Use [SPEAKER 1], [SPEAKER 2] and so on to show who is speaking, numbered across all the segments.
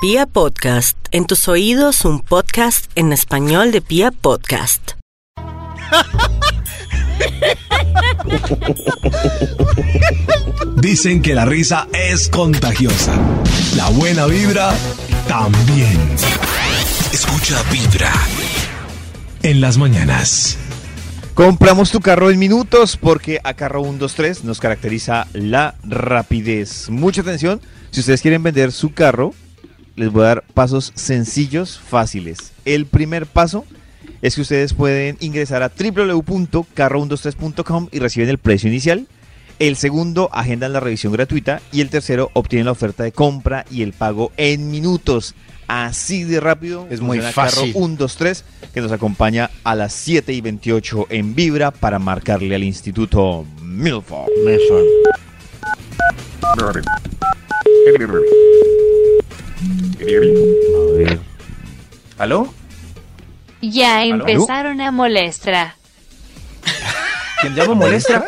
[SPEAKER 1] Pia Podcast, en tus oídos un podcast en español de Pia Podcast.
[SPEAKER 2] Dicen que la risa es contagiosa. La buena vibra también. Escucha Vibra en las mañanas.
[SPEAKER 3] Compramos tu carro en minutos porque a Carro 123 nos caracteriza la rapidez. Mucha atención, si ustedes quieren vender su carro, les voy a dar pasos sencillos, fáciles. El primer paso es que ustedes pueden ingresar a www.carro123.com y reciben el precio inicial. El segundo, agendan la revisión gratuita. Y el tercero, obtienen la oferta de compra y el pago en minutos. Así de rápido.
[SPEAKER 4] Es muy
[SPEAKER 3] funciona
[SPEAKER 4] fácil.
[SPEAKER 3] Carro 123, que nos acompaña a las 7 y 28 en Vibra para marcarle al Instituto Milford.
[SPEAKER 4] ¿Aló?
[SPEAKER 5] Ya empezaron a molestar.
[SPEAKER 4] ¿Quién llama molestra?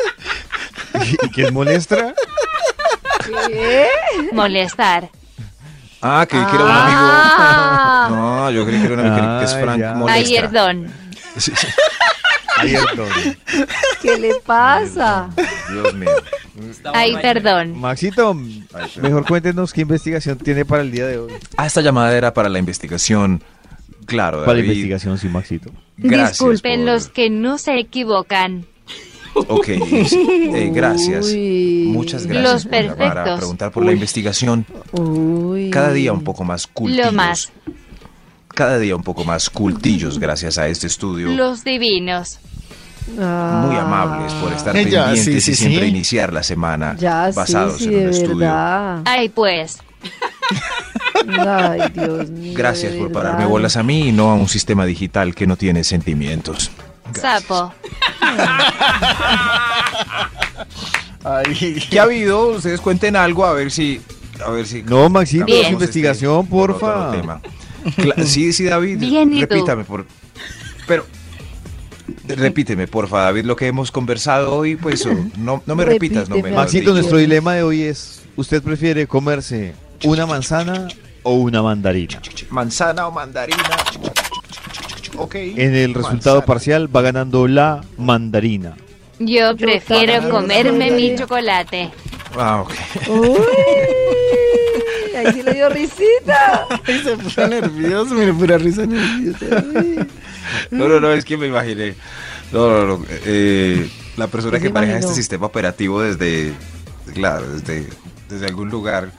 [SPEAKER 3] ¿Y qué es molestra?
[SPEAKER 5] Molestar.
[SPEAKER 4] Ah, creí que era un amigo.
[SPEAKER 5] Ah.
[SPEAKER 4] No, yo creí que era un amigo que- que es
[SPEAKER 3] Ah,
[SPEAKER 4] Frank
[SPEAKER 3] ya.
[SPEAKER 4] Molestra.
[SPEAKER 5] Ay, perdón.
[SPEAKER 4] Sí, sí.
[SPEAKER 3] Abierto.
[SPEAKER 6] ¿Qué le pasa?
[SPEAKER 4] Dios mío.
[SPEAKER 5] Ay, perdón.
[SPEAKER 3] Maxito,
[SPEAKER 4] pero-
[SPEAKER 3] mejor cuéntenos qué investigación tiene para el día de hoy.
[SPEAKER 4] Ah, esta llamada era para la investigación. Claro, David.
[SPEAKER 3] ¿Cuál investigación, sí, Maxito?
[SPEAKER 4] Gracias
[SPEAKER 5] Disculpen
[SPEAKER 4] por-
[SPEAKER 5] los que no se equivocan.
[SPEAKER 4] Ok, eh, gracias.
[SPEAKER 6] Uy.
[SPEAKER 4] Muchas gracias
[SPEAKER 5] Los
[SPEAKER 4] por llamar a
[SPEAKER 5] perfectos.
[SPEAKER 4] preguntar por la investigación.
[SPEAKER 6] Uy.
[SPEAKER 4] Cada día un poco más cultillos.
[SPEAKER 5] Lo más.
[SPEAKER 4] Cada día un poco más cultillos gracias a este estudio.
[SPEAKER 5] Los divinos.
[SPEAKER 6] Ah,
[SPEAKER 4] muy amables por estar
[SPEAKER 7] Ah. Ya,
[SPEAKER 4] pendientes
[SPEAKER 7] sí, sí,
[SPEAKER 4] y siempre
[SPEAKER 7] sí.
[SPEAKER 4] iniciar la semana
[SPEAKER 6] Ya,
[SPEAKER 4] Ah,
[SPEAKER 6] sí,
[SPEAKER 4] basados
[SPEAKER 6] sí,
[SPEAKER 4] en un
[SPEAKER 6] de
[SPEAKER 4] estudio.
[SPEAKER 6] verdad.
[SPEAKER 5] Ay, pues.
[SPEAKER 6] Ay, Dios mío.
[SPEAKER 4] Gracias
[SPEAKER 6] de
[SPEAKER 4] por
[SPEAKER 6] verdad.
[SPEAKER 4] pararme bolas a mí y no a un sistema digital que no tiene sentimientos.
[SPEAKER 5] Sapo.
[SPEAKER 7] Ay,
[SPEAKER 4] ¿Qué ha habido? Ustedes cuenten algo a ver si a ver si
[SPEAKER 3] No, Maxito,
[SPEAKER 5] Bien.
[SPEAKER 3] su
[SPEAKER 4] cambiamos
[SPEAKER 3] investigación,
[SPEAKER 4] este por
[SPEAKER 3] porfa.
[SPEAKER 4] otro tema. Cla- sí, sí, David,
[SPEAKER 5] Bien, ¿y tú?
[SPEAKER 4] repítame por pero repíteme, porfa, David, lo que hemos conversado hoy, pues oh, no, no me repitas, no me
[SPEAKER 6] Repíteme.
[SPEAKER 4] lo has dicho.
[SPEAKER 3] Maxito, nuestro dilema de hoy es, ¿usted prefiere comerse una manzana o una mandarina?
[SPEAKER 4] manzana o mandarina.
[SPEAKER 7] ok.
[SPEAKER 3] En el resultado parcial va ganando la mandarina.
[SPEAKER 5] Yo prefiero
[SPEAKER 6] también
[SPEAKER 5] comerme mi
[SPEAKER 6] mandaría.
[SPEAKER 5] chocolate.
[SPEAKER 4] Ah, ok.
[SPEAKER 6] Uy. Ahí sí le dio risita.
[SPEAKER 7] Ay, se puso nervioso, mire, pura risa nerviosa.
[SPEAKER 4] No, no, no, es que me imaginé. No, no, no. eh, la persona
[SPEAKER 6] ¿Qué
[SPEAKER 4] que
[SPEAKER 6] se
[SPEAKER 4] maneja
[SPEAKER 6] imaginó?
[SPEAKER 4] este sistema operativo desde, claro, desde, desde algún lugar,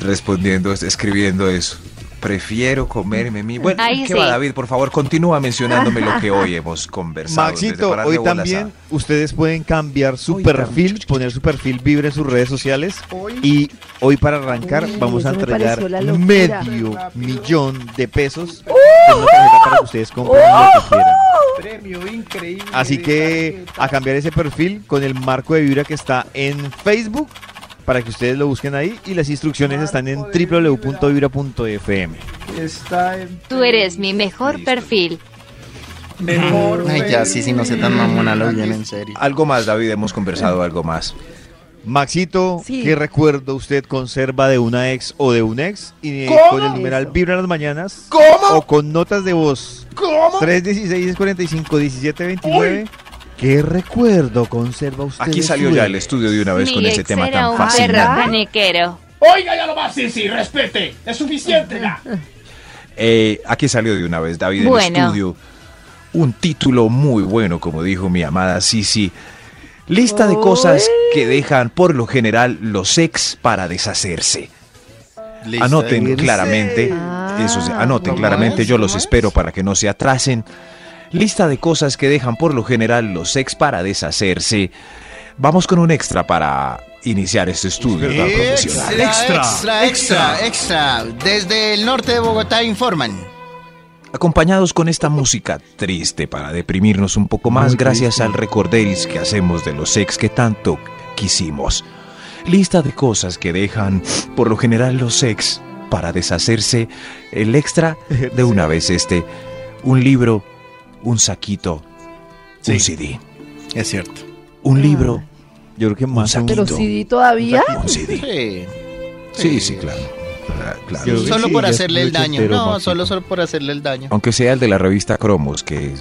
[SPEAKER 4] respondiendo, es- escribiendo eso. Prefiero comerme mi... Bueno,
[SPEAKER 5] Ay,
[SPEAKER 4] ¿qué
[SPEAKER 5] sí.
[SPEAKER 4] va, David? Por favor, continúa mencionándome lo que hoy hemos conversado. desde
[SPEAKER 3] Maxito,
[SPEAKER 4] pararle
[SPEAKER 3] hoy
[SPEAKER 4] bolas a-
[SPEAKER 3] también ustedes pueden cambiar su
[SPEAKER 4] Hoy
[SPEAKER 3] perfil, poner su perfil vibre en sus redes sociales.
[SPEAKER 7] Hoy.
[SPEAKER 3] Y hoy para arrancar
[SPEAKER 6] Uy,
[SPEAKER 3] vamos a
[SPEAKER 6] eso me
[SPEAKER 3] entregar
[SPEAKER 6] pareció la locura.
[SPEAKER 3] medio millón de pesos
[SPEAKER 6] ¡Uh!
[SPEAKER 3] en una tarjeta para que ustedes compren lo que quieran.
[SPEAKER 7] Premio increíble.
[SPEAKER 3] Así que a cambiar ese perfil con el marco de vibra que está en Facebook para que ustedes lo busquen ahí y las instrucciones están en www.vibra.fm.
[SPEAKER 7] Está en
[SPEAKER 5] Tú eres mi mejor
[SPEAKER 4] Listo.
[SPEAKER 5] perfil.
[SPEAKER 7] mejor.
[SPEAKER 8] Ay, ya, sí, sí, no se tan mamona, lo bien, en serio.
[SPEAKER 4] Algo más, David, hemos conversado algo más.
[SPEAKER 3] Maxito,
[SPEAKER 6] Sí.
[SPEAKER 3] ¿qué recuerdo usted conserva de una ex o de un ex? Y eh,
[SPEAKER 7] ¿Cómo?
[SPEAKER 3] con el numeral
[SPEAKER 6] Eso.
[SPEAKER 3] vibra en las mañanas
[SPEAKER 7] ¿Cómo?
[SPEAKER 3] o con notas de voz
[SPEAKER 7] ¿Cómo?
[SPEAKER 3] 316 45 17 29. ¿Qué recuerdo conserva usted?
[SPEAKER 4] Aquí
[SPEAKER 3] de
[SPEAKER 4] salió
[SPEAKER 3] su
[SPEAKER 4] ya el
[SPEAKER 3] ex?
[SPEAKER 4] estudio de una vez
[SPEAKER 5] Mi
[SPEAKER 4] con ese
[SPEAKER 5] ex
[SPEAKER 4] tema
[SPEAKER 5] era
[SPEAKER 4] tan
[SPEAKER 5] un perro
[SPEAKER 4] fascinante.
[SPEAKER 5] canequero.
[SPEAKER 9] Oiga, ya lo va, sí, sí, respete. Es suficiente ya.
[SPEAKER 4] Eh, aquí salió de una vez David en
[SPEAKER 5] Bueno.
[SPEAKER 4] estudio. Un título muy bueno, como dijo mi amada Sisi. Lista de cosas que dejan por lo general los ex para deshacerse. anoten
[SPEAKER 3] Irse.
[SPEAKER 4] claramente,
[SPEAKER 6] Ah,
[SPEAKER 4] eso sí, anoten
[SPEAKER 6] ¿no
[SPEAKER 4] claramente,
[SPEAKER 7] es?
[SPEAKER 4] yo
[SPEAKER 7] ¿No
[SPEAKER 4] los
[SPEAKER 7] es?
[SPEAKER 4] espero para que no se atrasen. Lista de cosas que dejan por lo general los ex para deshacerse. Vamos con un extra para iniciar este estudio tan profesional.
[SPEAKER 8] Extra, extra, extra, extra. Desde el norte de Bogotá informan.
[SPEAKER 4] Acompañados con esta música triste para deprimirnos un poco más gracias al recorderis que hacemos de los ex que tanto quisimos. Lista de cosas que dejan por lo general los ex para deshacerse. El extra de una vez este. Un libro, un saquito,
[SPEAKER 8] Sí.
[SPEAKER 4] un CD.
[SPEAKER 8] Es cierto.
[SPEAKER 4] Un libro,
[SPEAKER 3] Yo creo que más
[SPEAKER 4] Un
[SPEAKER 3] aún.
[SPEAKER 4] saquito.
[SPEAKER 6] Pero CD todavía.
[SPEAKER 4] un CD.
[SPEAKER 8] Sí.
[SPEAKER 4] Sí, sí, claro. Ah, claro.
[SPEAKER 3] Yo-
[SPEAKER 8] Solo
[SPEAKER 3] sí,
[SPEAKER 8] por
[SPEAKER 3] ya
[SPEAKER 8] hacerle
[SPEAKER 3] estuve
[SPEAKER 8] el daño.
[SPEAKER 3] chotero,
[SPEAKER 8] No,
[SPEAKER 3] Maxito.
[SPEAKER 8] solo, solo por hacerle el daño.
[SPEAKER 4] Aunque sea el de la revista Cromos, que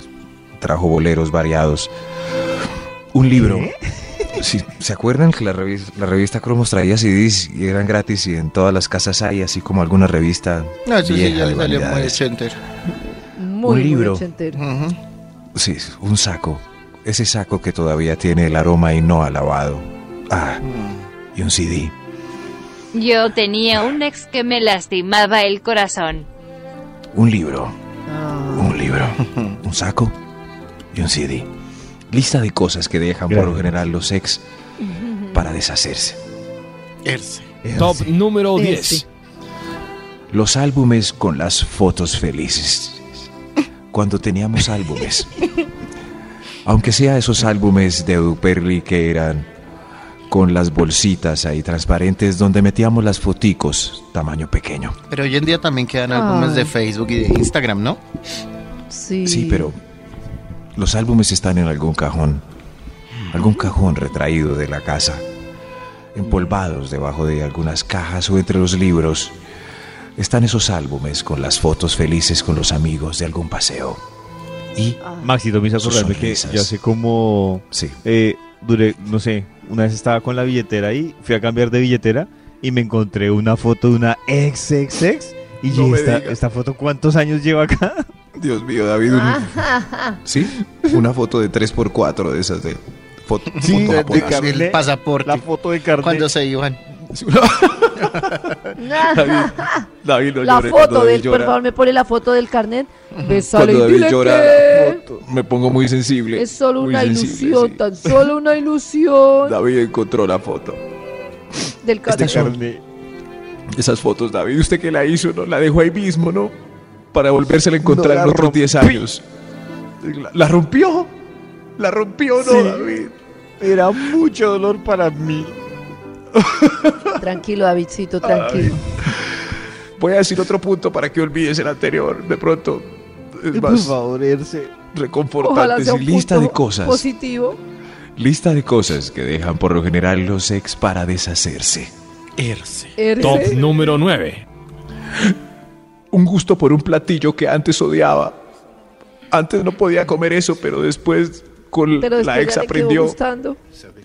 [SPEAKER 4] trajo boleros variados. Un libro. Sí, ¿Se acuerdan que la revista, la revista Cromos traía CDs y eran gratis y en todas las casas hay, así como alguna revista
[SPEAKER 8] No, eso sí
[SPEAKER 4] vieja
[SPEAKER 8] ya
[SPEAKER 4] de
[SPEAKER 8] le salió muy
[SPEAKER 4] variedades?
[SPEAKER 8] ochentero.
[SPEAKER 6] Muy, muy
[SPEAKER 4] libro.
[SPEAKER 6] ochentero.
[SPEAKER 8] Ujú.
[SPEAKER 4] Sí, un saco. Ese saco que todavía tiene el aroma y no ha lavado. Ah, y un CD.
[SPEAKER 5] Yo tenía un ex que me lastimaba el corazón.
[SPEAKER 4] Un libro.
[SPEAKER 6] Ah.
[SPEAKER 4] Un libro. Un saco. Y un CD. Lista de cosas que dejan por lo
[SPEAKER 3] Gracias.
[SPEAKER 4] general los ex para deshacerse.
[SPEAKER 8] Erce.
[SPEAKER 10] Top número
[SPEAKER 6] Sí,
[SPEAKER 10] 10.
[SPEAKER 6] sí.
[SPEAKER 4] Los álbumes con las fotos felices. Cuando teníamos álbumes. Aunque sea esos álbumes de Euperli que eran con las bolsitas ahí transparentes donde metíamos las foticos tamaño pequeño.
[SPEAKER 8] Pero hoy en día también quedan
[SPEAKER 4] Ah.
[SPEAKER 8] álbumes de
[SPEAKER 6] Ay.
[SPEAKER 8] Facebook y de Instagram, ¿no?
[SPEAKER 6] Sí.
[SPEAKER 4] Mm. Sí, pero los álbumes están en algún cajón. Algún cajón retraído de la casa. Empolvados debajo de algunas cajas o entre los libros. Están esos álbumes con las fotos felices con los amigos de algún paseo. Y
[SPEAKER 3] Maxito me hizo
[SPEAKER 4] Sus
[SPEAKER 3] acordarme que
[SPEAKER 4] sonrisas.
[SPEAKER 3] yo hace como
[SPEAKER 4] sí,
[SPEAKER 3] eh, duré, no sé, una vez estaba con la billetera ahí, fui a cambiar de billetera y me encontré una foto de una ex ex ex y
[SPEAKER 4] No
[SPEAKER 3] yo,
[SPEAKER 4] me
[SPEAKER 3] esta,
[SPEAKER 4] diga.
[SPEAKER 3] esta foto cuántos años lleva acá?
[SPEAKER 4] Dios mío, David. un- sí, una foto de 3x4 de esas de foto, foto
[SPEAKER 3] de- de
[SPEAKER 4] japonesa.
[SPEAKER 3] cable.
[SPEAKER 8] El
[SPEAKER 3] Le-
[SPEAKER 8] pasaporte.
[SPEAKER 3] La foto de carnet.
[SPEAKER 8] Cuando se iban.
[SPEAKER 4] David no
[SPEAKER 6] la
[SPEAKER 4] llore,
[SPEAKER 6] foto
[SPEAKER 4] cuando
[SPEAKER 6] del,
[SPEAKER 4] David llora-
[SPEAKER 6] por favor, me pone la foto del carnet. Besale
[SPEAKER 4] Cuando
[SPEAKER 6] y
[SPEAKER 4] David
[SPEAKER 6] dile
[SPEAKER 4] llora,
[SPEAKER 6] que
[SPEAKER 4] me pongo muy sensible.
[SPEAKER 6] es solo
[SPEAKER 4] muy
[SPEAKER 6] una
[SPEAKER 4] sensible,
[SPEAKER 6] ilusión,
[SPEAKER 4] sí.
[SPEAKER 6] tan solo una ilusión
[SPEAKER 4] David encontró la foto.
[SPEAKER 6] del
[SPEAKER 4] este
[SPEAKER 3] de
[SPEAKER 6] carnet.
[SPEAKER 3] carnet.
[SPEAKER 4] Esas fotos, David, usted que la hizo, ¿no? La dejó ahí mismo, ¿no? Para volvérsela a
[SPEAKER 3] No,
[SPEAKER 4] encontrar
[SPEAKER 3] la
[SPEAKER 4] en otros
[SPEAKER 3] rompí.
[SPEAKER 4] 10 años. La, la rompió. La rompió, ¿no,
[SPEAKER 3] Sí.
[SPEAKER 4] David?
[SPEAKER 3] Era mucho dolor para mí.
[SPEAKER 6] Tranquilo, Davidcito, tranquilo.
[SPEAKER 4] Voy a decir otro punto para que olvides el anterior. De pronto, es
[SPEAKER 3] Por
[SPEAKER 4] más
[SPEAKER 3] favor, Erce.
[SPEAKER 6] Ojalá
[SPEAKER 4] reconfortante.
[SPEAKER 6] sea un
[SPEAKER 4] lista
[SPEAKER 6] punto
[SPEAKER 4] de cosas.
[SPEAKER 6] positivo.
[SPEAKER 4] Lista de cosas que dejan por lo general los ex para deshacerse.
[SPEAKER 7] Erce.
[SPEAKER 6] Erce.
[SPEAKER 10] Top número 9.
[SPEAKER 4] un gusto por un platillo que antes odiaba. Antes no podía comer eso, pero después con
[SPEAKER 6] Pero
[SPEAKER 4] la
[SPEAKER 6] después
[SPEAKER 4] ex
[SPEAKER 6] ya le quedó
[SPEAKER 4] aprendió.
[SPEAKER 6] gustando.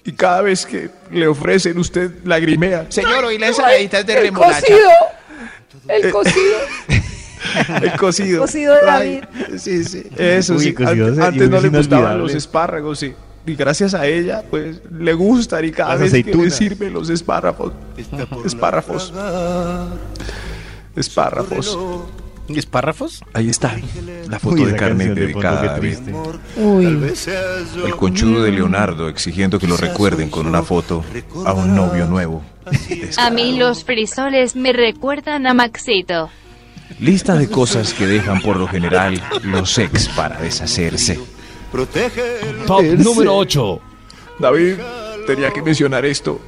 [SPEAKER 4] Y cada vez que le ofrecen, usted lagrimea.
[SPEAKER 8] Señor, hoy la ensaladita es de
[SPEAKER 6] El
[SPEAKER 8] remolacha.
[SPEAKER 6] cocido. El cocido.
[SPEAKER 4] El cocido.
[SPEAKER 6] Cocido de
[SPEAKER 4] Ay, sí, sí. Eso
[SPEAKER 3] Uy,
[SPEAKER 4] sí.
[SPEAKER 3] el cocido
[SPEAKER 4] Antes,
[SPEAKER 3] es-
[SPEAKER 4] antes
[SPEAKER 3] y uno
[SPEAKER 4] no
[SPEAKER 3] es
[SPEAKER 4] le gustaban
[SPEAKER 3] inolvidable.
[SPEAKER 4] los espárragos, sí. Y gracias a ella, pues le gustan y cada
[SPEAKER 3] Las
[SPEAKER 4] vez que le
[SPEAKER 3] aceitunas.
[SPEAKER 4] sirven los espárragos. Espárragos. Espárragos.
[SPEAKER 8] ¿Espárrafos?
[SPEAKER 4] Ahí está. La
[SPEAKER 3] Uy,
[SPEAKER 4] foto de
[SPEAKER 3] esa
[SPEAKER 4] Carmen
[SPEAKER 3] canción de fondo,
[SPEAKER 4] dedicada a
[SPEAKER 3] qué
[SPEAKER 4] David.
[SPEAKER 3] triste.
[SPEAKER 6] Uy.
[SPEAKER 4] El conchudo de Leonardo exigiendo que lo recuerden con una foto a un novio nuevo.
[SPEAKER 5] A mí los frisoles me recuerdan a Maxito.
[SPEAKER 4] Lista de cosas que dejan por lo general los ex para deshacerse.
[SPEAKER 10] Top número 8.
[SPEAKER 4] David, tenía que mencionar esto.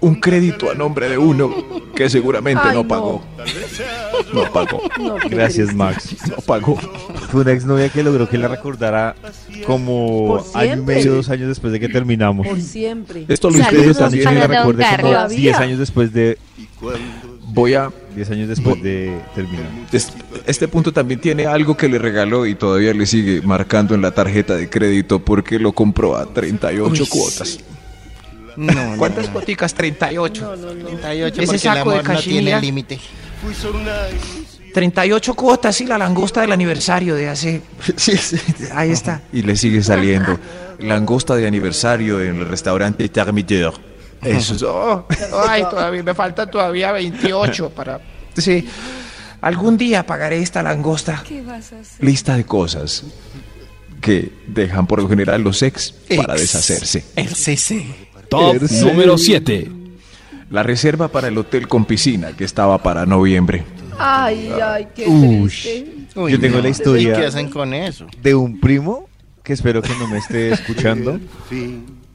[SPEAKER 4] Un crédito a nombre de uno que seguramente
[SPEAKER 6] Ay,
[SPEAKER 4] no
[SPEAKER 6] no.
[SPEAKER 4] pagó. No pagó.
[SPEAKER 6] No, qué
[SPEAKER 3] Gracias,
[SPEAKER 6] triste.
[SPEAKER 3] Max.
[SPEAKER 4] No pagó.
[SPEAKER 3] Fue una exnovia que logró que la recordara como
[SPEAKER 6] Por
[SPEAKER 3] año y
[SPEAKER 6] siempre.
[SPEAKER 3] medio, dos años después de que terminamos.
[SPEAKER 6] Por siempre.
[SPEAKER 4] Esto lo
[SPEAKER 5] Saludos
[SPEAKER 4] incluyo
[SPEAKER 3] Pero
[SPEAKER 4] también.
[SPEAKER 5] para
[SPEAKER 3] que la
[SPEAKER 5] don
[SPEAKER 3] recuerde como
[SPEAKER 5] Carlos.
[SPEAKER 3] 10 años después de
[SPEAKER 4] Voy a
[SPEAKER 3] 10 años después de terminar.
[SPEAKER 4] Es- Este punto también tiene algo que le regaló y todavía le sigue marcando en la tarjeta de crédito porque lo compró a 38 cuotas.
[SPEAKER 8] No, ¿Cuántas no,
[SPEAKER 4] cuoticas? 38.
[SPEAKER 8] 38
[SPEAKER 4] Ese
[SPEAKER 8] porque el
[SPEAKER 4] saco de
[SPEAKER 8] amor no tiene
[SPEAKER 4] cachemira.
[SPEAKER 8] límite.
[SPEAKER 4] 38 cuotas y la langosta del aniversario de hace... ahí está. Y le sigue saliendo. Langosta de aniversario en el restaurante Termiteur. Eso es... oh.
[SPEAKER 7] Ay, todavía me falta todavía 28 para.
[SPEAKER 4] Sí. Algún día pagaré esta langosta. Lista de cosas que dejan por lo general los ex para
[SPEAKER 7] Ex.
[SPEAKER 4] deshacerse.
[SPEAKER 7] El CC.
[SPEAKER 10] Top número 7.
[SPEAKER 4] La reserva para el hotel con piscina que estaba para noviembre.
[SPEAKER 6] Ay, ay, qué
[SPEAKER 3] Ush.
[SPEAKER 6] triste.
[SPEAKER 8] Uy,
[SPEAKER 3] Yo tengo la historia.
[SPEAKER 8] ¿Y qué hacen con eso?
[SPEAKER 3] de un primo que espero que no me esté escuchando.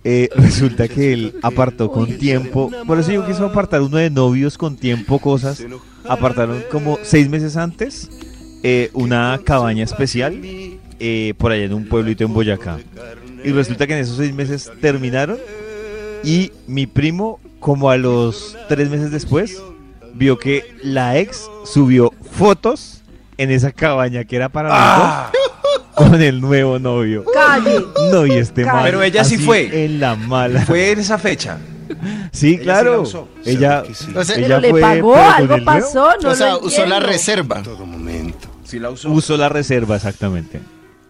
[SPEAKER 3] Eh, resulta que él apartó con tiempo, por eso yo quiso apartar uno de novios con tiempo cosas. Apartaron como seis meses antes eh, una cabaña especial eh, por allá en un pueblito en Boyacá. Y resulta que en esos seis meses terminaron y mi primo como a los tres meses después vio que la ex subió fotos en esa cabaña que era para los dos con el nuevo novio.
[SPEAKER 6] Calle.
[SPEAKER 3] No, y este mal.
[SPEAKER 4] Pero ella sí
[SPEAKER 3] así
[SPEAKER 4] fue.
[SPEAKER 3] En la mala.
[SPEAKER 4] Fue en esa fecha.
[SPEAKER 3] Sí,
[SPEAKER 4] sí la
[SPEAKER 3] claro.
[SPEAKER 4] usó.
[SPEAKER 3] Ella,
[SPEAKER 8] O sea,
[SPEAKER 6] Pero
[SPEAKER 3] ella
[SPEAKER 6] le
[SPEAKER 3] fue,
[SPEAKER 6] pagó,
[SPEAKER 3] pero con
[SPEAKER 6] algo
[SPEAKER 3] el nuevo.
[SPEAKER 6] pasó, no
[SPEAKER 8] o sea,
[SPEAKER 6] lo
[SPEAKER 8] usó la
[SPEAKER 6] entiendo.
[SPEAKER 8] reserva.
[SPEAKER 4] Sí la usó.
[SPEAKER 3] Usó la reserva, exactamente.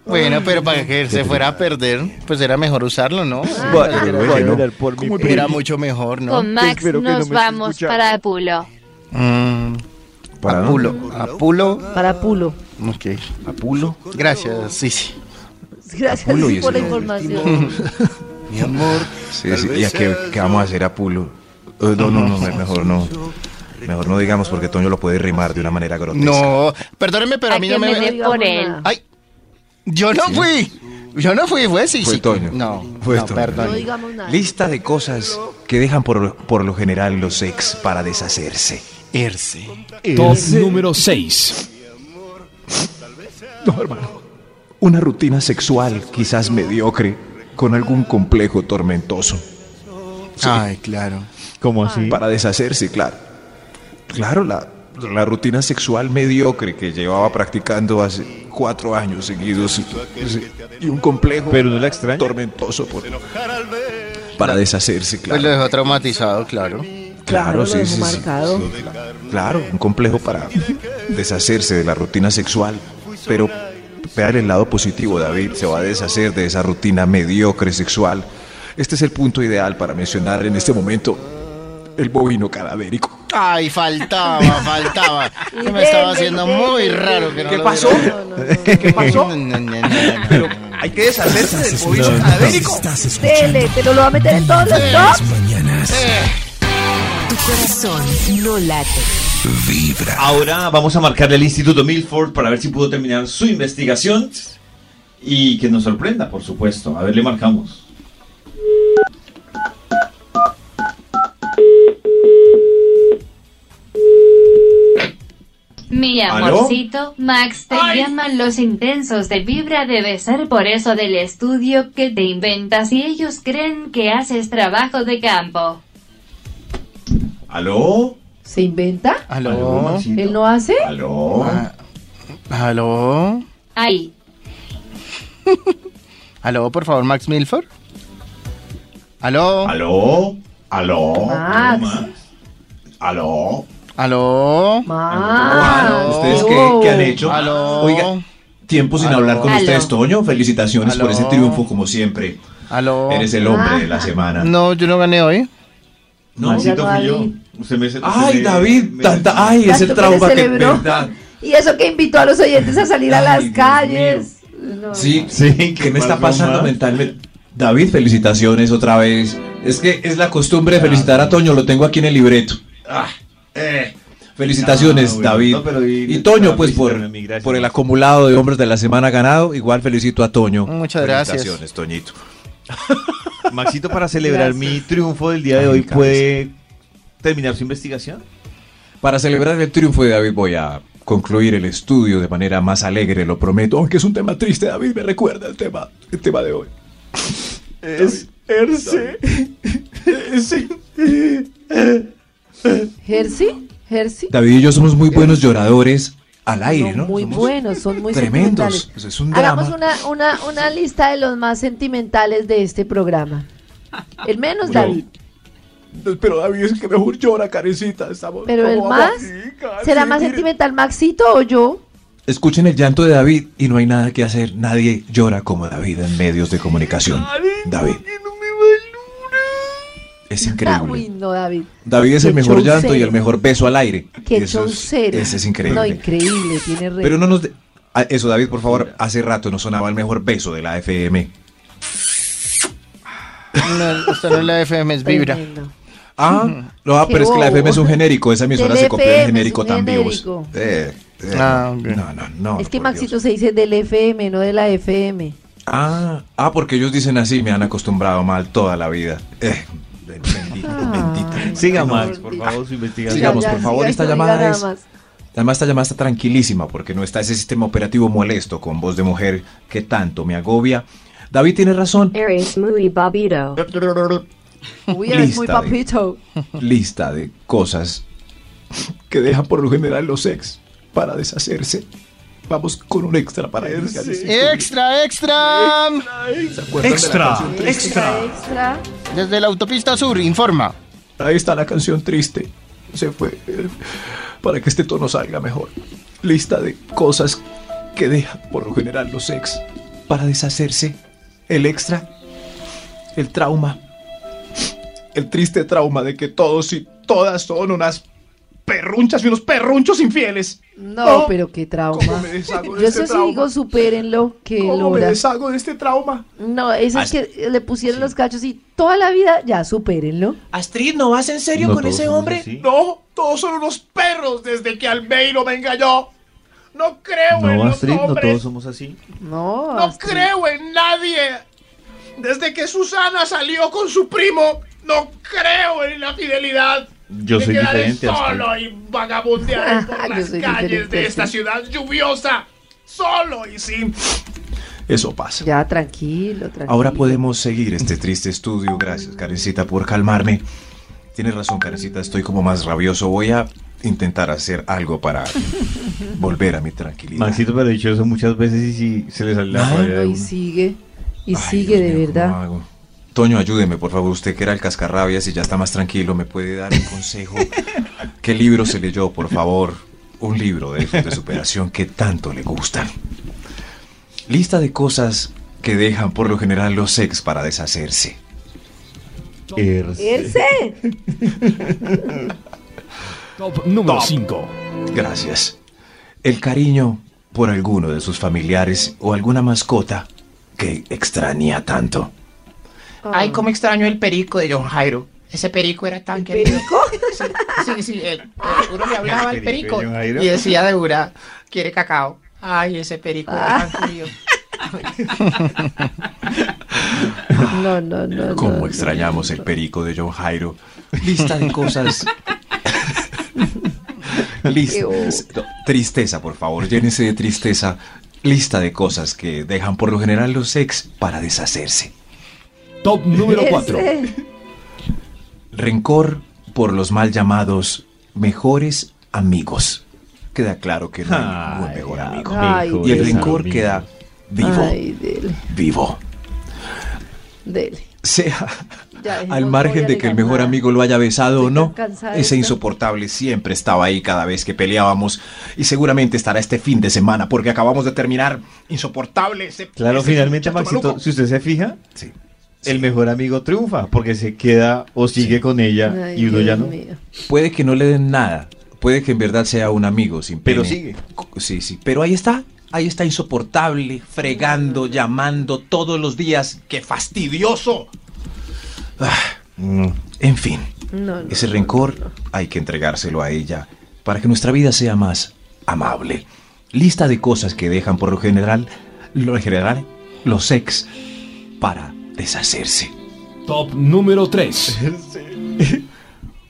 [SPEAKER 8] Bueno, pero para que se fuera a perder, pues era mejor usarlo, ¿no?
[SPEAKER 4] Ah.
[SPEAKER 6] Ah.
[SPEAKER 3] Bueno,
[SPEAKER 4] bueno.
[SPEAKER 3] bueno, por mi prima.
[SPEAKER 8] Era mucho mejor, ¿no?
[SPEAKER 5] Con Max
[SPEAKER 3] espero que no me
[SPEAKER 5] nos
[SPEAKER 3] esté
[SPEAKER 5] vamos
[SPEAKER 3] escuchando.
[SPEAKER 5] para Apulo.
[SPEAKER 8] Mm,
[SPEAKER 4] ¿Para
[SPEAKER 8] Apulo. Apulo.
[SPEAKER 6] Para Pulo.
[SPEAKER 8] Ok.
[SPEAKER 4] dónde? Apulo.
[SPEAKER 8] Gracias, sí, sí.
[SPEAKER 6] Gracias
[SPEAKER 4] Apulo y
[SPEAKER 6] por la
[SPEAKER 4] ese nombre.
[SPEAKER 6] información.
[SPEAKER 8] Mi amor.
[SPEAKER 4] Sí, sí. ¿Y a qué, qué vamos a hacer Apulo? Eh, No, no, no, mejor no. Mejor no digamos porque Toño lo puede rimar de una manera grotesca.
[SPEAKER 8] No, perdóneme, pero a
[SPEAKER 5] ¿A
[SPEAKER 8] mí
[SPEAKER 5] qué
[SPEAKER 8] no me...
[SPEAKER 5] me de-
[SPEAKER 6] digamos
[SPEAKER 5] por él.
[SPEAKER 6] nada.
[SPEAKER 8] Ay, yo no fui. Yo no fui, fue sí,
[SPEAKER 4] Fue
[SPEAKER 8] sí.
[SPEAKER 4] Toño.
[SPEAKER 8] No,
[SPEAKER 4] Fue
[SPEAKER 8] no,
[SPEAKER 4] Toño.
[SPEAKER 6] No
[SPEAKER 8] perdón.
[SPEAKER 6] digamos nada.
[SPEAKER 4] Lista de cosas que dejan por, lo- por lo general los ex para deshacerse.
[SPEAKER 8] Erce.
[SPEAKER 10] Top número 6.
[SPEAKER 4] Una rutina sexual quizás mediocre, con algún complejo tormentoso.
[SPEAKER 8] Ay, claro. Pues
[SPEAKER 3] ¿Cómo así?
[SPEAKER 4] Para deshacerse, claro. Claro, la, la rutina sexual mediocre que llevaba practicando hace cuatro años seguidos sí, y un complejo
[SPEAKER 3] Pero no la extraña.
[SPEAKER 4] tormentoso por- para deshacerse,
[SPEAKER 8] Pues lo
[SPEAKER 4] claro.
[SPEAKER 8] dejó traumatizado, claro.
[SPEAKER 4] Claro, sí,
[SPEAKER 6] lo
[SPEAKER 4] sí,
[SPEAKER 6] dejó
[SPEAKER 4] sí.
[SPEAKER 6] marcado.
[SPEAKER 4] Claro, un complejo para deshacerse de la rutina sexual, pero vean el lado positivo, David, se va a deshacer de esa rutina mediocre sexual. Este es el punto ideal para mencionar en este momento el bovino cadavérico.
[SPEAKER 8] Ay, faltaba, faltaba. Se me estaba haciendo muy raro que no
[SPEAKER 4] ¿Qué
[SPEAKER 8] lo
[SPEAKER 4] pasó?
[SPEAKER 8] hubiera-
[SPEAKER 4] ¿Qué pasó?
[SPEAKER 8] No, no, no, no, no.
[SPEAKER 4] Pero hay que deshacerse del bovino cadavérico.
[SPEAKER 2] Estás escuchando
[SPEAKER 6] Dele, pero lo va a meter en todos los
[SPEAKER 2] las
[SPEAKER 6] tops.
[SPEAKER 2] mañanas.
[SPEAKER 1] Tu corazón no late.
[SPEAKER 2] Vibra.
[SPEAKER 3] Ahora vamos a marcarle al Instituto Milford para ver si pudo terminar su investigación y que nos sorprenda, por supuesto. A ver, le marcamos.
[SPEAKER 5] Mi
[SPEAKER 3] ¿Aló?
[SPEAKER 5] amorcito, Max te llaman los intensos de vibra debe ser por eso del estudio que te inventas y ellos creen que haces trabajo de campo.
[SPEAKER 3] ¿Aló?
[SPEAKER 6] ¿Se inventa?
[SPEAKER 3] ¿Aló,
[SPEAKER 8] ¿Aló?
[SPEAKER 3] Maxito?
[SPEAKER 6] ¿Él no hace?
[SPEAKER 3] ¿Aló?
[SPEAKER 8] Ah, ¿Aló?
[SPEAKER 5] Ay,
[SPEAKER 8] ¿Aló, por favor, Max Milford? ¿Aló?
[SPEAKER 3] ¿Aló? ¿Aló?
[SPEAKER 6] Max.
[SPEAKER 3] ¿Aló?
[SPEAKER 8] ¿Aló?
[SPEAKER 6] Más.
[SPEAKER 4] ¿Ustedes qué, qué han hecho?
[SPEAKER 8] Aló.
[SPEAKER 4] Oiga, tiempo sin
[SPEAKER 8] Aló.
[SPEAKER 4] hablar con
[SPEAKER 5] Aló.
[SPEAKER 4] ustedes, Toño. Felicitaciones por
[SPEAKER 8] Aló.
[SPEAKER 4] ese triunfo, como siempre.
[SPEAKER 3] Oh.
[SPEAKER 8] ¿Aló?
[SPEAKER 4] Eres el hombre
[SPEAKER 6] Ah.
[SPEAKER 4] de la semana.
[SPEAKER 3] Mm.
[SPEAKER 8] No, yo no gané hoy.
[SPEAKER 4] No.
[SPEAKER 6] Maxito fui yo.
[SPEAKER 3] Usted me,
[SPEAKER 4] Ay, David, tanta, ay, es el
[SPEAKER 6] Tanto que
[SPEAKER 4] trauma
[SPEAKER 6] le
[SPEAKER 4] que
[SPEAKER 6] celebró.
[SPEAKER 4] verdad.
[SPEAKER 6] Y eso que invitó a los oyentes a salir a
[SPEAKER 4] Ay,
[SPEAKER 6] las
[SPEAKER 4] Dios
[SPEAKER 6] calles. No,
[SPEAKER 4] Sí,
[SPEAKER 3] Sí,
[SPEAKER 4] ¿qué,
[SPEAKER 3] ¿qué
[SPEAKER 4] me está
[SPEAKER 3] pasó,
[SPEAKER 4] pasando
[SPEAKER 3] Max?
[SPEAKER 4] mentalmente? David, felicitaciones otra vez. Es que es la costumbre de felicitar a Toño, lo tengo aquí en el libreto.
[SPEAKER 3] eh.
[SPEAKER 4] Felicitaciones,
[SPEAKER 3] Ah, bueno,
[SPEAKER 4] David.
[SPEAKER 3] no, pero y-
[SPEAKER 4] y Toño,
[SPEAKER 3] ah,
[SPEAKER 4] pues por,
[SPEAKER 3] felicítame a mí, gracias,
[SPEAKER 4] por el
[SPEAKER 3] Max.
[SPEAKER 4] acumulado de hombres de la semana ganado, igual felicito a Toño.
[SPEAKER 8] Muchas gracias.
[SPEAKER 4] Felicitaciones, Toñito.
[SPEAKER 3] Maxito, para celebrar
[SPEAKER 6] Gracias.
[SPEAKER 3] mi triunfo del día de
[SPEAKER 4] Ay,
[SPEAKER 3] hoy,
[SPEAKER 4] cabeza.
[SPEAKER 3] ¿puede terminar su investigación?
[SPEAKER 4] Para celebrar el triunfo de David voy a concluir el estudio de manera más alegre, lo prometo. Aunque es un tema triste, David, me recuerda el tema, el tema de hoy.
[SPEAKER 3] Es Erce.
[SPEAKER 6] ¿Jersey? ¿Jersey?
[SPEAKER 4] David y yo somos muy buenos lloradores al aire,
[SPEAKER 6] Son
[SPEAKER 4] ¿no?
[SPEAKER 6] muy
[SPEAKER 4] Somos-
[SPEAKER 6] buenos, son muy
[SPEAKER 4] tremendos.
[SPEAKER 6] sentimentales.
[SPEAKER 4] Pues es un
[SPEAKER 6] Hagamos
[SPEAKER 4] drama.
[SPEAKER 6] una, una, una lista de los más sentimentales de este programa. El menos David,
[SPEAKER 4] Pero David es que mejor llora, carecita. Estamos
[SPEAKER 6] pero el más. ¿Será más sentimental Maxito o yo?
[SPEAKER 4] Escuchen el llanto de David y no hay nada que hacer. Nadie llora como David en medios de comunicación. David. Es
[SPEAKER 6] Ah, Uy,
[SPEAKER 4] increíble.
[SPEAKER 6] no, David.
[SPEAKER 4] David es el
[SPEAKER 6] Qué
[SPEAKER 4] mejor
[SPEAKER 6] show
[SPEAKER 4] llanto y
[SPEAKER 6] serio.
[SPEAKER 4] el mejor beso al aire.
[SPEAKER 6] Qué
[SPEAKER 4] Y eso es-
[SPEAKER 6] chaucero.
[SPEAKER 4] Ese es increíble.
[SPEAKER 6] No, increíble, tiene re.
[SPEAKER 4] Pero no nos... de- Ah, Eso, David, por favor, hace rato no sonaba el mejor beso de la FM.
[SPEAKER 8] No, usted no es la FM, es Vibra.
[SPEAKER 6] Tremendo.
[SPEAKER 8] Mm.
[SPEAKER 4] Ah, no,
[SPEAKER 6] Qué
[SPEAKER 4] pero es que la
[SPEAKER 6] bobo.
[SPEAKER 4] FM es un genérico. Esa emisora
[SPEAKER 6] Del
[SPEAKER 4] se copió
[SPEAKER 6] FM
[SPEAKER 4] del
[SPEAKER 6] es
[SPEAKER 4] genérico Eh,
[SPEAKER 6] un
[SPEAKER 4] también.
[SPEAKER 6] genérico.
[SPEAKER 8] Ah, ok.
[SPEAKER 4] No, no, no.
[SPEAKER 6] es que
[SPEAKER 4] por Dios.
[SPEAKER 6] Maxito se dice del FM, no de la FM.
[SPEAKER 4] Ah, ah, porque ellos dicen así, me han acostumbrado mal toda la vida. Eh, bendito,
[SPEAKER 6] Ah.
[SPEAKER 4] bendito.
[SPEAKER 3] Siga,
[SPEAKER 6] no.
[SPEAKER 3] Max, por favor, su investigación.
[SPEAKER 4] Sigamos, por favor, esta
[SPEAKER 6] no diga
[SPEAKER 4] llamada
[SPEAKER 6] nada
[SPEAKER 4] es-
[SPEAKER 6] más.
[SPEAKER 4] Además, esta llamada está tranquilísima porque no está ese sistema operativo molesto con voz de mujer que tanto me agobia. David tiene razón.
[SPEAKER 1] Eres muy babito.
[SPEAKER 6] Uy, eres
[SPEAKER 4] Lista
[SPEAKER 6] muy
[SPEAKER 4] de-
[SPEAKER 6] papito.
[SPEAKER 4] Lista de cosas que dejan por lo general los ex para deshacerse. Vamos con un extra para este ellos.
[SPEAKER 8] Extra, extra.
[SPEAKER 2] Extra,
[SPEAKER 6] Extra,
[SPEAKER 2] extra.
[SPEAKER 6] extra.
[SPEAKER 8] Desde la autopista sur, informa.
[SPEAKER 4] Ahí está la canción triste. Se fue. eh, Para que este tono salga mejor. Lista de cosas que dejan por lo general los ex para deshacerse. El extra. El trauma. El triste trauma de que todos y todas son unas perrunchas y unos perrunchos infieles.
[SPEAKER 6] No,
[SPEAKER 4] No.
[SPEAKER 6] pero qué
[SPEAKER 4] ¿Cómo
[SPEAKER 6] trauma.
[SPEAKER 4] me deshago de
[SPEAKER 6] Yo
[SPEAKER 4] este
[SPEAKER 6] eso sí
[SPEAKER 4] trauma?
[SPEAKER 6] digo, supérenlo, que
[SPEAKER 4] ¿Cómo me
[SPEAKER 6] Lora.
[SPEAKER 4] deshago de este trauma?
[SPEAKER 6] No, eso
[SPEAKER 4] Ah,
[SPEAKER 6] es que le pusieron los cachos y toda la vida ya supérenlo.
[SPEAKER 4] Astrid, ¿no vas en serio
[SPEAKER 3] No, con todos ese somos hombre? así.
[SPEAKER 4] No, todos son unos perros desde que Almeiro me engañó.
[SPEAKER 9] No creo en
[SPEAKER 3] No,
[SPEAKER 9] los
[SPEAKER 3] Astrid, no
[SPEAKER 9] hombres.
[SPEAKER 3] todos somos así.
[SPEAKER 6] No,
[SPEAKER 9] No
[SPEAKER 6] Astrid.
[SPEAKER 9] creo en nadie. Desde que Susana salió con su primo, no creo en la fidelidad.
[SPEAKER 3] Yo
[SPEAKER 9] Me
[SPEAKER 3] soy
[SPEAKER 9] quedaré
[SPEAKER 3] diferente, Astrid.
[SPEAKER 9] solo y vagabundearé por
[SPEAKER 6] Ah, Yo
[SPEAKER 9] las
[SPEAKER 6] soy
[SPEAKER 9] calles
[SPEAKER 6] diferente,
[SPEAKER 9] de esta
[SPEAKER 6] sí.
[SPEAKER 9] ciudad lluviosa. Solo y sin
[SPEAKER 4] Eso pasa.
[SPEAKER 6] Ya, tranquilo, tranquilo.
[SPEAKER 4] Ahora podemos seguir este triste estudio. Gracias, Karencita, por calmarme. Tienes razón, Karencita, estoy como más rabioso. Voy a intentar hacer algo para volver a mi tranquilidad.
[SPEAKER 3] Maxito, pero he dicho eso muchas veces y si se le sale la
[SPEAKER 4] Ah,
[SPEAKER 3] raya de
[SPEAKER 6] No, y
[SPEAKER 3] uno.
[SPEAKER 6] sigue, y
[SPEAKER 4] Ay,
[SPEAKER 6] sigue
[SPEAKER 4] Dios
[SPEAKER 6] de
[SPEAKER 4] mío, ¿cómo
[SPEAKER 6] verdad.
[SPEAKER 4] hago? Toño, ayúdeme, por favor. Usted que era el cascarrabias y ya está más tranquilo, ¿me puede dar un consejo? ¿Qué libro se leyó, por favor? Un libro de esos de superación que tanto le gustan. Lista de cosas que dejan por lo general los ex para deshacerse.
[SPEAKER 3] Erce.
[SPEAKER 6] Ese.
[SPEAKER 10] Top número 5.
[SPEAKER 4] Gracias. El cariño por alguno de sus familiares o alguna mascota que extraña tanto.
[SPEAKER 9] Ay, cómo extraño el perico de John Jairo. Ese perico era tan querido. Sí, sí, sí, el- el- uno le hablaba al
[SPEAKER 3] El perico
[SPEAKER 9] perico
[SPEAKER 3] de John Jairo.
[SPEAKER 9] y decía de una, quiere cacao. Ay, ese perico era
[SPEAKER 11] Ah.
[SPEAKER 9] tan frío.
[SPEAKER 6] No, no, no.
[SPEAKER 4] Cómo
[SPEAKER 6] no,
[SPEAKER 4] extrañamos el perico de John Jairo. Lista de cosas.
[SPEAKER 6] Qué
[SPEAKER 4] Lista.
[SPEAKER 6] bobo.
[SPEAKER 4] No, Tristeza, por favor, llénese de tristeza. Lista de cosas que dejan por lo general los ex para deshacerse.
[SPEAKER 10] Top número
[SPEAKER 6] Ese.
[SPEAKER 10] 4.
[SPEAKER 4] Rencor por los mal llamados mejores amigos. Queda claro que no hay ningún
[SPEAKER 3] Ay,
[SPEAKER 4] mejor amigo.
[SPEAKER 6] Ay,
[SPEAKER 4] Y el
[SPEAKER 6] Dios.
[SPEAKER 4] rencor queda vivo,
[SPEAKER 6] Ay, dele,
[SPEAKER 4] vivo.
[SPEAKER 6] dele.
[SPEAKER 4] Sea
[SPEAKER 6] Ya, dejemos
[SPEAKER 4] al
[SPEAKER 6] novia
[SPEAKER 4] margen de que el mejor
[SPEAKER 6] regañada.
[SPEAKER 4] amigo lo haya besado o
[SPEAKER 6] Estoy
[SPEAKER 4] no,
[SPEAKER 6] tan cansada de
[SPEAKER 4] ese
[SPEAKER 6] esto.
[SPEAKER 4] insoportable siempre estaba ahí cada vez que peleábamos y seguramente estará este fin de semana porque acabamos de terminar insoportable ese...
[SPEAKER 3] Claro,
[SPEAKER 4] ese
[SPEAKER 3] finalmente,
[SPEAKER 4] muchacho
[SPEAKER 3] Maxito,
[SPEAKER 4] maluco.
[SPEAKER 3] si usted se fija,
[SPEAKER 4] Sí.
[SPEAKER 3] el mejor amigo triunfa porque se queda o sigue con ella
[SPEAKER 6] Ay,
[SPEAKER 3] y uno ya
[SPEAKER 6] Dios
[SPEAKER 3] no.
[SPEAKER 6] mío.
[SPEAKER 4] Puede que no le den nada, puede que en verdad sea un amigo sin
[SPEAKER 3] Pero
[SPEAKER 4] pene.
[SPEAKER 3] sigue.
[SPEAKER 4] Co- Sí, sí, pero ahí está, ahí está insoportable, fregando,
[SPEAKER 6] Mm.
[SPEAKER 4] llamando todos los días, ¡qué fastidioso! Ah, en fin.
[SPEAKER 6] No, no,
[SPEAKER 4] Ese
[SPEAKER 6] no,
[SPEAKER 4] rencor hay que entregárselo a ella para que nuestra vida sea más amable. Lista de cosas que dejan por lo general, lo general, los ex para deshacerse.
[SPEAKER 10] Top número 3.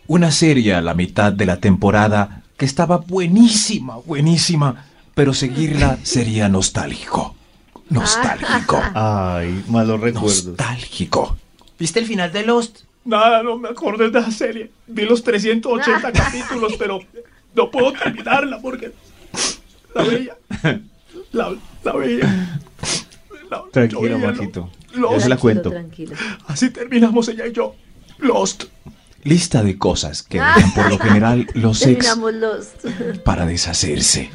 [SPEAKER 4] Una serie a la mitad de la temporada que estaba buenísima, buenísima, pero seguirla sería nostálgico. Nostálgico.
[SPEAKER 3] Ay, malos recuerdos.
[SPEAKER 4] Nostálgico.
[SPEAKER 9] ¿Viste el final de Lost? Nada, no me acordé de la serie. Vi los 380 capítulos, pero no puedo terminarla porque la veía. La, la veía. La- yo
[SPEAKER 3] Tranquilo,
[SPEAKER 9] veía lo-
[SPEAKER 3] Maxito. Yo
[SPEAKER 9] Lost.
[SPEAKER 3] se la
[SPEAKER 6] tranquilo,
[SPEAKER 3] cuento.
[SPEAKER 6] tranquilo.
[SPEAKER 9] Así terminamos ella y yo. Lost.
[SPEAKER 4] Lista de cosas que dejan por lo general los ex
[SPEAKER 6] Terminamos los.
[SPEAKER 4] para deshacerse.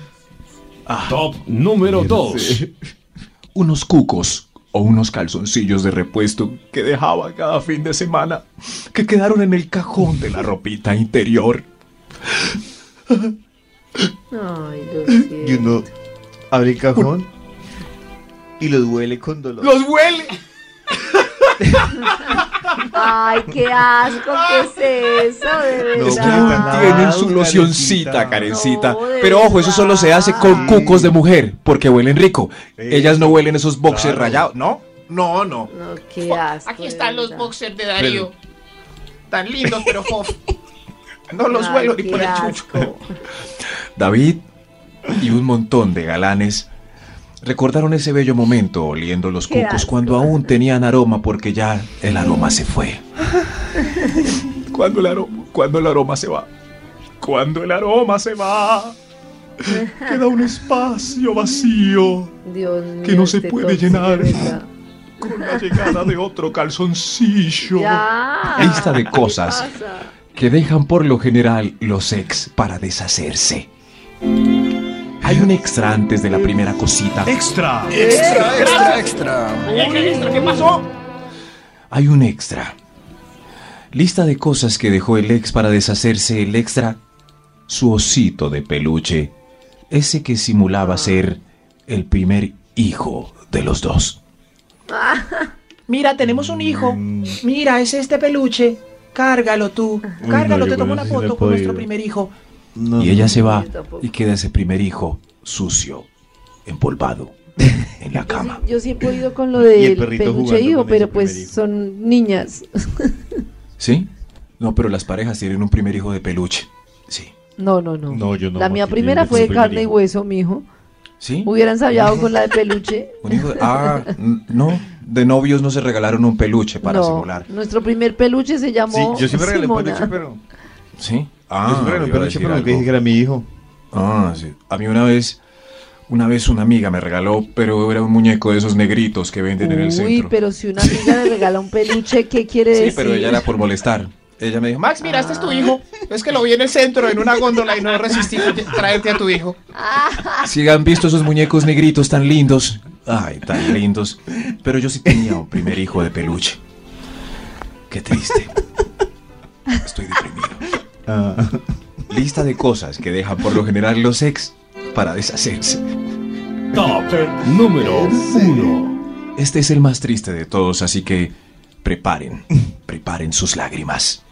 [SPEAKER 10] Top número 2.
[SPEAKER 4] unos cucos o unos calzoncillos de repuesto que dejaba cada fin de semana, que quedaron en el cajón de la ropita interior.
[SPEAKER 6] Ay, lo siento.
[SPEAKER 3] Y uno abre el cajón y los huele con dolor.
[SPEAKER 9] ¡Los huele!
[SPEAKER 6] Ay, qué asco, ¿qué es eso? De
[SPEAKER 3] No,
[SPEAKER 4] Es que
[SPEAKER 3] Claro.
[SPEAKER 6] verdad.
[SPEAKER 4] ahí tienen su
[SPEAKER 3] Claro,
[SPEAKER 4] locioncita,
[SPEAKER 6] Karencita.
[SPEAKER 4] Karencita.
[SPEAKER 6] No, de
[SPEAKER 4] Pero ojo, eso solo se hace con
[SPEAKER 3] verdad.
[SPEAKER 4] cucos de mujer, porque huelen rico.
[SPEAKER 3] Sí.
[SPEAKER 4] Ellas no huelen esos boxers
[SPEAKER 3] Claro.
[SPEAKER 4] rayados, ¿no? No, no.
[SPEAKER 6] No, qué asco.
[SPEAKER 9] Aquí
[SPEAKER 6] de
[SPEAKER 9] están los
[SPEAKER 6] verdad.
[SPEAKER 9] boxers de Darío. Tan lindos, pero jof.
[SPEAKER 4] No los
[SPEAKER 6] Ay,
[SPEAKER 4] huelo ni
[SPEAKER 6] qué
[SPEAKER 4] por el chucho.
[SPEAKER 6] asco.
[SPEAKER 4] David y un montón de galanes recordaron ese bello momento oliendo los
[SPEAKER 6] Qué
[SPEAKER 4] cucos
[SPEAKER 6] asco.
[SPEAKER 4] cuando aún tenían aroma porque ya el aroma se fue.
[SPEAKER 9] Cuando el, aroma, cuando el aroma se va. Cuando el aroma se va, queda un espacio vacío
[SPEAKER 6] Dios mío.
[SPEAKER 9] que no se
[SPEAKER 6] este
[SPEAKER 9] puede
[SPEAKER 6] tóxico,
[SPEAKER 9] llenar
[SPEAKER 6] ¿verdad?
[SPEAKER 9] con la llegada de otro calzoncillo.
[SPEAKER 6] Ya.
[SPEAKER 4] Lista de cosas
[SPEAKER 6] ¿Qué pasa?
[SPEAKER 4] que dejan por lo general los ex para deshacerse. Hay un extra antes de la primera cosita.
[SPEAKER 10] Extra.
[SPEAKER 7] Extra,
[SPEAKER 9] Ah.
[SPEAKER 7] extra, extra.
[SPEAKER 9] ¿Qué pasó?
[SPEAKER 4] Hay un extra. Lista de cosas que dejó el ex para deshacerse el extra. Su osito de peluche. Ese que simulaba ser el primer hijo de los dos.
[SPEAKER 11] Mira, tenemos un hijo.
[SPEAKER 3] Mm.
[SPEAKER 11] Mira, es este peluche. Cárgalo tú.
[SPEAKER 3] Uy,
[SPEAKER 11] Cárgalo,
[SPEAKER 3] no, yo
[SPEAKER 11] te
[SPEAKER 3] con
[SPEAKER 11] tomo
[SPEAKER 3] ese
[SPEAKER 11] una
[SPEAKER 3] sí no he
[SPEAKER 11] foto con nuestro
[SPEAKER 3] podido.
[SPEAKER 11] primer hijo.
[SPEAKER 4] y ella se va
[SPEAKER 6] yo tampoco.
[SPEAKER 4] y queda ese primer hijo sucio, empolvado, en la cama.
[SPEAKER 6] Yo sí he podido con lo
[SPEAKER 3] Y el
[SPEAKER 6] del
[SPEAKER 3] perrito
[SPEAKER 6] peluche
[SPEAKER 3] jugando
[SPEAKER 6] hijo,
[SPEAKER 3] con
[SPEAKER 6] pero
[SPEAKER 3] ese primer
[SPEAKER 6] pues
[SPEAKER 3] hijo.
[SPEAKER 6] son niñas.
[SPEAKER 4] ¿Sí? No, pero las parejas tienen un primer hijo de peluche. Sí.
[SPEAKER 6] No, no, no.
[SPEAKER 3] No, yo no,
[SPEAKER 6] La mía
[SPEAKER 3] porque yo
[SPEAKER 6] primera
[SPEAKER 3] no
[SPEAKER 6] fue de
[SPEAKER 3] tengo
[SPEAKER 6] carne y
[SPEAKER 3] hijo.
[SPEAKER 6] hueso, mijo.
[SPEAKER 4] ¿Sí?
[SPEAKER 6] Hubieran sabido con la de peluche.
[SPEAKER 4] Un hijo de- Ah, n- no. De novios no se regalaron un peluche para
[SPEAKER 6] no,
[SPEAKER 4] simular.
[SPEAKER 6] nuestro primer peluche se llamó
[SPEAKER 3] Sí, yo siempre regalé un
[SPEAKER 6] Simona.
[SPEAKER 3] peluche, pero.
[SPEAKER 4] ¿Sí?
[SPEAKER 3] yo
[SPEAKER 4] Ah,
[SPEAKER 3] siempre regalé un
[SPEAKER 4] iba a
[SPEAKER 3] peluche,
[SPEAKER 4] decir
[SPEAKER 3] pero nunca
[SPEAKER 4] algo.
[SPEAKER 3] dije que era mi hijo.
[SPEAKER 4] Ah, sí. A mí una vez, una vez una amiga me regaló, pero era un muñeco de esos negritos que venden en el
[SPEAKER 6] Uy,
[SPEAKER 4] centro.
[SPEAKER 6] pero si una amiga le regala un peluche, ¿qué quiere
[SPEAKER 4] Sí,
[SPEAKER 6] decir?
[SPEAKER 4] pero ella era por molestar. Ella me dijo, Max,
[SPEAKER 11] Max, mira, este es tu hijo. Es que lo vi en el centro, en una góndola, y no resistí traerte a tu hijo.
[SPEAKER 4] si han visto esos muñecos negritos tan lindos. Ay, tan lindos. Pero yo sí tenía un primer hijo de peluche. Qué triste. Estoy deprimido. Lista de cosas que dejan por lo general los ex para deshacerse.
[SPEAKER 10] Top número uno.
[SPEAKER 4] Este es el más triste de todos, así que preparen, preparen sus lágrimas.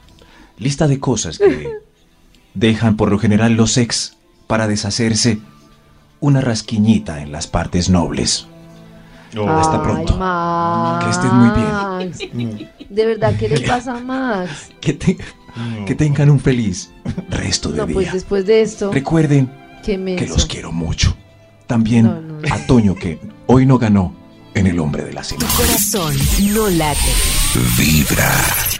[SPEAKER 4] Lista de cosas que dejan por lo general los ex para deshacerse. Una rasquiñita en las partes nobles. Hasta pronto.
[SPEAKER 6] Oh. Ay, Max.
[SPEAKER 4] Que estés muy bien.
[SPEAKER 6] De verdad, ¿qué le pasa a Max?
[SPEAKER 4] Que, te- que tengan un feliz resto de
[SPEAKER 6] No,
[SPEAKER 4] día.
[SPEAKER 6] pues después de esto,
[SPEAKER 4] Recuerden
[SPEAKER 6] qué menso.
[SPEAKER 4] que los quiero mucho. También
[SPEAKER 6] No, no, no.
[SPEAKER 4] a Toño que hoy no ganó en el hombre de la semana.
[SPEAKER 1] Corazón no late.
[SPEAKER 2] Vibra.